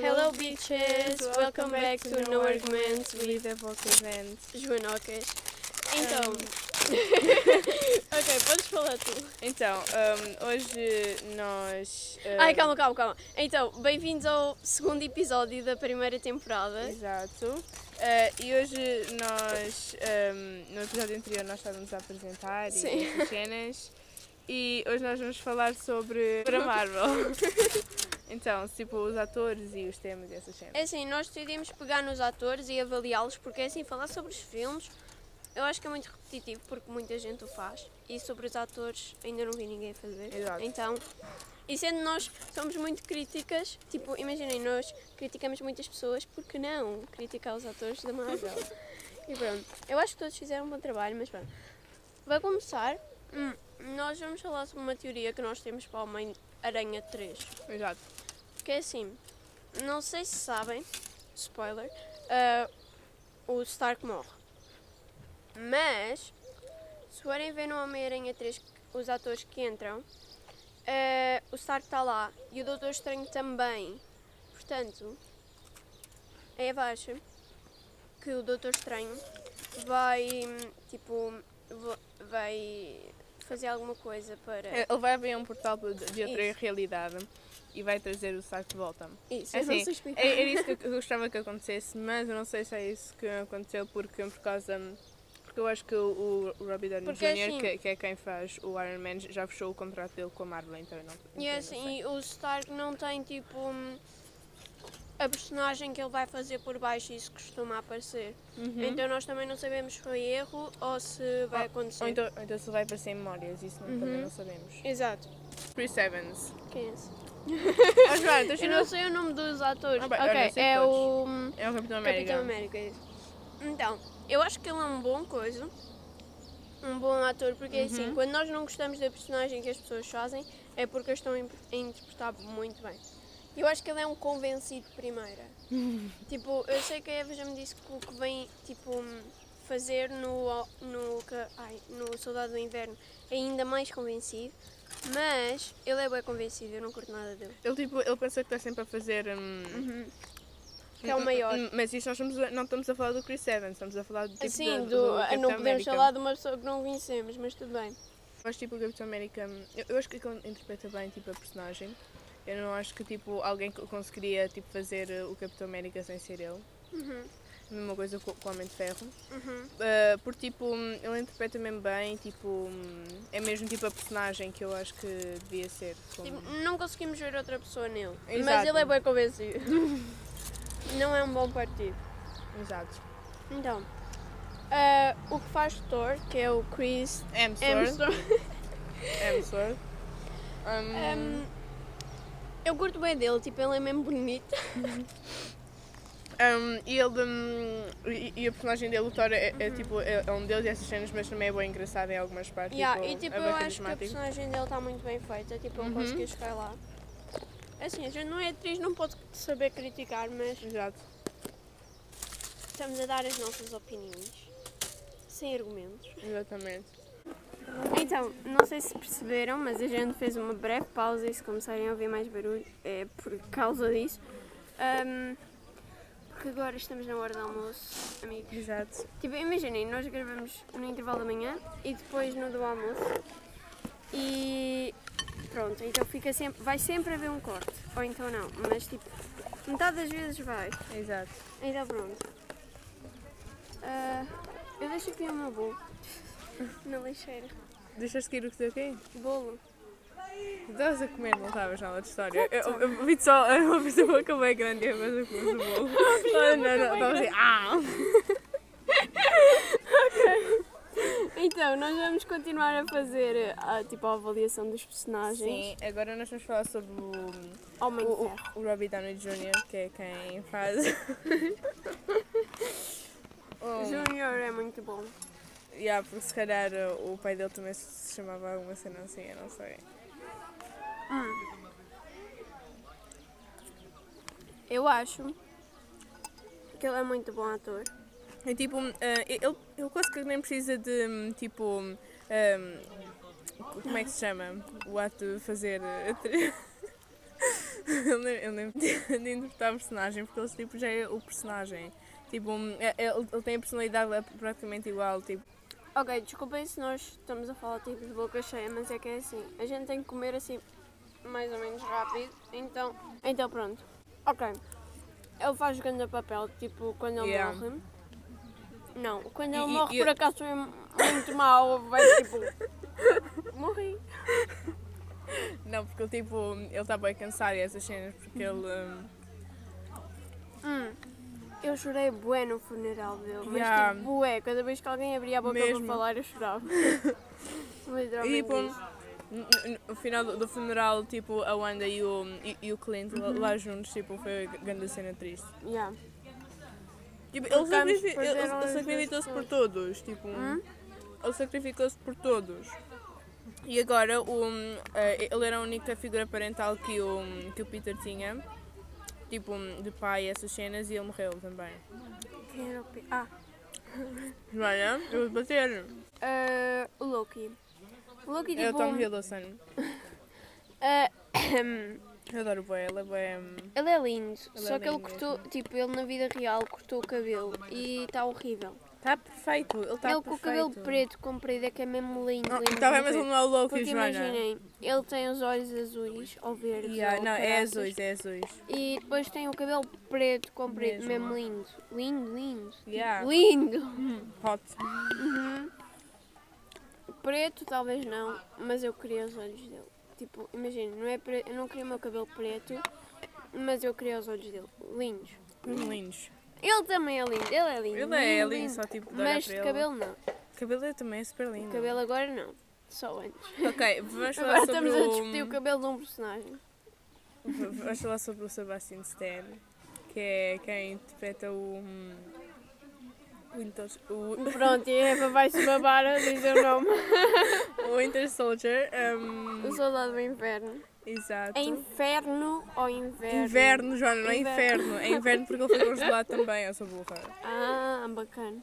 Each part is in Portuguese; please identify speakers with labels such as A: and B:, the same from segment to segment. A: Hello bitches, welcome back to No Arguments with
B: a Boca Event.
A: Joanocas. Então, ok, podes falar tu.
B: Então, hum, hoje nós. hum,
A: Ai, calma, calma, calma. Então, bem-vindos ao segundo episódio da primeira temporada.
B: Exato. Eh, e hoje nós, hum, no episódio anterior, nós estávamos a apresentar
A: Sim.
B: e essas cenas. E hoje nós vamos falar sobre para Marvel. então, tipo, os atores e os temas e essas cenas.
A: É assim, nós decidimos pegar nos atores e avaliá-los, porque é assim, falar sobre os filmes eu acho que é muito repetitivo, porque muita gente o faz. E sobre os atores ainda não vi ninguém fazer.
B: Exato.
A: Então, e sendo nós, somos muito críticas, tipo, imaginem, nós criticamos muitas pessoas, porque não criticar os atores da Marvel? e pronto, eu acho que todos fizeram um bom trabalho, mas pronto. Vai começar, hum, nós vamos falar sobre uma teoria que nós temos para o Homem-Aranha 3.
B: Exato.
A: Que é assim, não sei se sabem, spoiler, ah, o Stark morre. Mas, se forem ver no Homem-Aranha 3 os atores que entram, ah, o Stark está lá e o Doutor Estranho também. Portanto, é abaixo que o Doutor Estranho vai, tipo, va- vai fazer alguma coisa para...
B: Ele vai abrir um portal de outra
A: Isso.
B: realidade e vai trazer o Stark de volta.
A: Isso,
B: É
A: eu não
B: assim,
A: sei explicar.
B: É- Era isso que eu- que eu gostava que acontecesse, mas eu não sei se é isso que aconteceu porque por causa. Porque eu acho que o, o Robbie Downey
A: Porque,
B: Jr.,
A: assim-
B: que, que é quem faz o Iron Man, já fechou o contrato dele com a Marvel, então eu não.
A: E
B: então eu
A: é
B: não
A: assim, e o Stark não tem tipo hum, a personagem que ele vai fazer por baixo, isso costuma aparecer.
B: sei. Uhum.
A: Então nós também não sabemos se foi erro ou se vai acontecer.
B: Ou então, ou então se vai para sem memórias, isso não- também
A: Uhum.
B: não sabemos.
A: Exato.
B: Chris Evans.
A: Quem é esse?
B: Ah, Joana, tu
A: Eu
B: achas-
A: não sei o nome dos atores.
B: Ah, bem, eu
A: ok,
B: não sei
A: é
B: todos.
A: o hum,
B: É o Capitão América.
A: Capitão América. é isso. Então, eu acho que ele é um bom coisa. Um bom ator, porque é assim, quando nós não gostamos da personagem que as pessoas fazem, é porque as estão a imp- a interpretar muito bem. Eu acho que ele é um convencido primeira. tipo, eu sei que a Eva já me disse que o que vem, tipo, fazer no, no, ca- ai, no Soldado do Inverno é ainda mais convencido, mas ele é bem convencido, eu não curto nada dele.
B: Ele, tipo, ele pensa que está sempre a fazer. hum,
A: Que é o Uhum. maior.
B: hum, Mas isto nós estamos a- não estamos a falar do Chris Evans, estamos a falar do tipo do,
A: Assim, do,
B: do Capitão
A: não podemos
B: América.
A: falar de uma pessoa que não conhecemos, mas tudo bem.
B: Mas tipo, o Capitão América, eu, eu acho que ele interpreta bem tipo, a personagem. Eu não acho que tipo, alguém co- conseguiria tipo, fazer eh, o Capitão América sem ser ele.
A: Uhum.
B: A mesma coisa co- com, o Homem de Ferro. Eh, porque tipo, hum, ele interpreta mesmo bem, tipo, hum, é mesmo tipo a personagem que eu acho que devia ser. como-
A: Tipo, não conseguimos ver outra pessoa nele, mas
B: Exato.
A: ele é bem convencido. não é um bom partido.
B: Exato.
A: Então, ah, o que faz Thor, que é o Chris
B: Hemsworth.
A: Hemsworth,
B: Hemsworth. Hum,
A: hum, eu curto bem dele, tipo, ele é mesmo bonito.
B: Tipo, hum, e ele, hum, e, e a personagem dele, o Thor, é, é,
A: Uhum.
B: tipo, é, é um deus e essas cenas, mas também é bem engraçado em algumas partes.
A: Yeah,
B: tipo,
A: e tipo,
B: é bem
A: eu acho que a
B: carismático. Uhum.
A: personagem dele está muito bem feita, tipo, eu consegui chegar lá. Assim, a gente não é atriz, não pode saber criticar, mas
B: Exato.
A: estamos a dar as nossas opiniões, sem argumentos.
B: Exatamente.
A: Então, não sei se perceberam, mas a gente fez uma breve pausa e se começarem a ouvir mais barulho é por causa disso. Ahm, porque agora estamos na hora do almoço, amigos.
B: Exato.
A: Tipo, imaginem, nós gravamos no intervalo da manhã e depois no do almoço. E pronto, então fica sempre, vai sempre haver um corte. Ou então não, mas tipo, metade das vezes vai.
B: Exato.
A: Então pronto. Ah, eu deixo aqui o meu bolo. Na lixeira.
B: Deixas seguir o que deu quem?
A: Bolo.
B: Estavas a comer, não estavas nada de história. Eu, eu, eu vi só eu vi só a boca bem grande e a comer o bolo. Não, não, não, estava assim. Ah!
A: Então, nós vamos continuar a fazer eh, a, tipo, a avaliação dos
B: Ah,
A: personagens.
B: Sim, agora nós vamos falar sobre o,
A: Homem de
B: o,
A: Ferro.
B: o Robbie Downey Jr., que é quem faz. um,
A: Junior é muito bom.
B: yeah, porque se calhar uh, o pai dele também se chamava alguma cena assim, eu não sei.
A: Eu acho que ele é muito bom ator.
B: É tipo, eh, ele, ele quase que nem precisa de hum, tipo. hum, hum, como é que se chama? O ato de fazer. eh, tri- Eu nem, eu nem de interpretar o personagem, porque ele tipo, já é o personagem. Tipo, um, é- é- ele, ele tem a personalidade praticamente igual, tipo,
A: Ok, desculpem se nós estamos a falar tipo de boca cheia, mas é que é assim. A gente tem que comer assim, mais ou menos rápido. Então, então pronto. Ok. Ele faz grande papel, tipo, quando ele
B: Yeah.
A: morre. Não, quando ele
B: E- e-
A: morre
B: e-
A: por acaso é muito mal, vai tipo. Morri.
B: Não, porque ele tipo, ele está bem cansado e essas cenas, porque ele. hum,
A: Hum. Eu chorei bué no funeral dele, mas
B: Yeah.
A: tipo bué, cada vez que alguém abria a boca
B: Mesmo.
A: para falar eu chorava. Literalmente.
B: e tipo,
A: isso.
B: n- n- no final do, do funeral, tipo, a Wanda e o, e, e o Clint lá- lá juntos, tipo, foi a grande cena triste.
A: Yeah.
B: Tipo, ele
A: Porque ambos
B: sacrifi- ele-
A: perderam
B: ele
A: as
B: sacrificou-se
A: duas
B: por todos, tipo, ele sacrificou-se por todos. E agora, o, eh, ele era a única figura parental que o, que o Peter tinha, tipo, de pai, essas cenas, e ele morreu também.
A: Quem era o pi- Ah,
B: Joana, eu vou bater.
A: Ah, o Loki. O Loki,
B: É o
A: tipo,
B: Tom Hiddleston.
A: ah,
B: Eu adoro o boé, ele é boé.
A: ele é lindo,
B: Ele
A: só
B: é
A: que ele
B: lindo
A: cortou, tipo, ele na vida real cortou o cabelo e está horrível.
B: Está tá perfeito, ele está
A: ele
B: perfeito.
A: com o cabelo preto comprido é que é mesmo lindo.
B: Não,
A: lindo,
B: Está bem,
A: lindo,
B: mas ele
A: lindo.
B: não é o Loki,
A: Porque
B: Joana.
A: imaginem, ele tem os olhos azuis ou verdes.
B: Yeah,
A: ou
B: não, é
A: caraças,
B: azuis, é azuis.
A: E depois tem o cabelo preto comprido,
B: Mesmo.
A: mesmo lindo. Lindo, lindo.
B: Yeah.
A: Lindo!
B: Hot.
A: Preto talvez não, mas eu queria os olhos dele. Tipo, imagina, não é pre- eu não queria o meu cabelo preto, mas eu queria os olhos dele. Lindos.
B: Muito lindos.
A: Ele também é lindo, ele é
B: Ele
A: lindo.
B: é lindo, só tipo de olhar
A: Mas
B: para
A: de
B: ele.
A: cabelo não.
B: O cabelo é também super lindo.
A: De cabelo agora não. Só antes.
B: Ok, vamos falar
A: Agora
B: sobre
A: estamos a discutir
B: o...
A: o cabelo de um personagem.
B: v- Vamos falar sobre o Sebastian Stan, que é quem interpreta o... hum, O, Inter... o...
A: Pronto, e a Eva vai-se babar a dizer o nome.
B: o Winter Soldier. hum,
A: O soldado do inverno.
B: Exato.
A: É inferno ou inverno?
B: Inverno, Joana, não é
A: Inverno.
B: inferno. É inverno porque ele foi congelado também, essa burra.
A: Ah, bacana.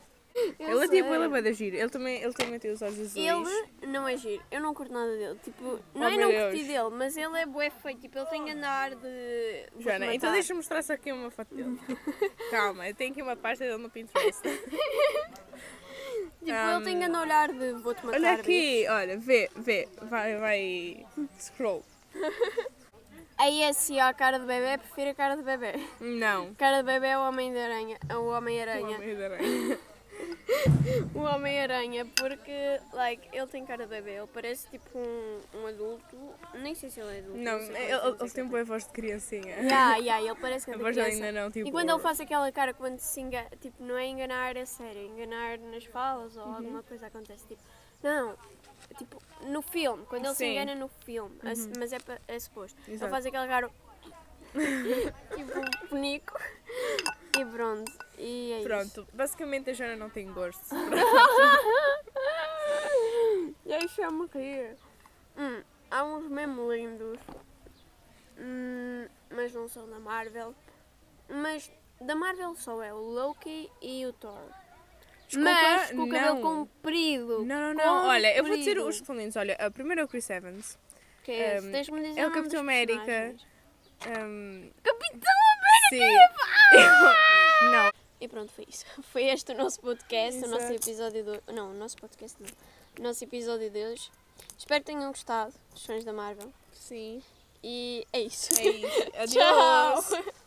A: Eu
B: Ele é
A: sei.
B: tipo, ele é bué de giro. Ele também, ele também tem os olhos azuis.
A: Ele não é giro, eu não curto nada dele. Tipo, não é
B: Oh, meu
A: não
B: Deus. Oh.
A: curti dele, mas ele é bué feio. Tipo, ele tem andar de. vou-te
B: Joana, então
A: matar.
B: deixa-me mostrar só aqui uma foto dele. Calma, eu tenho aqui uma pasta dele no Pinterest.
A: Tipo, ele tem andar olhar de vou-te matar.
B: Olha aqui, olha, vê, vê, vai, vai, scroll.
A: bicho. Aí assim, ó, a cara de bebê, prefiro a cara de bebê.
B: Não.
A: Cara de bebê é o Homem-Aranha. É o Homem-Aranha. O Homem-Aranha, porque, like, ele tem cara de bebê. Ele parece tipo um, um adulto. Nem sei se ele é adulto.
B: Não,
A: sei
B: ele,
A: como-
B: ele ele tem boa voz de criancinha.
A: Yeah, yeah, ele parece que é
B: A
A: de
B: voz dele
A: criança.
B: ainda não, tipo...
A: E quando ele faz aquela cara quando se engana, tipo, não é enganar a sério, é enganar nas falas
B: Uhum.
A: ou alguma coisa acontece, tipo, não, tipo, no filme, quando ele se
B: Sim. Uhum.
A: engana no filme, a- mas é, pa- é suposto. Ele
B: Exato.
A: faz aquela cara, tipo, um penico, e pronto, e é isso.
B: Pronto, basicamente a Joana não tem gosto.
A: Deixa-me rir. Hum, há uns mesmo lindos. Hum, mas não são da Marvel. Mas da Marvel só é o Loki e o Thor.
B: Desculpa,
A: mas com o cabelo
B: não.
A: comprido.
B: Não, não, não, olha, eu vou dizer
A: comprido.
B: os lindos. Olha, a primeira é o Chris Evans.
A: Que é esse?
B: Hum,
A: Deixa-me dizer
B: é o
A: nome
B: Capitão
A: dos
B: América.
A: personagens.
B: Hum,
A: Capitão
B: sim.
A: América!
B: Eu- Não,
A: E pronto, foi isso. Foi este o nosso podcast, o nosso
B: Exato.
A: episódio do. Não, o nosso podcast não. O nosso episódio de hoje. Espero que tenham gostado, os fãs da Marvel.
B: sim.
A: E é isso.
B: É isso. Adeus.
A: Tchau!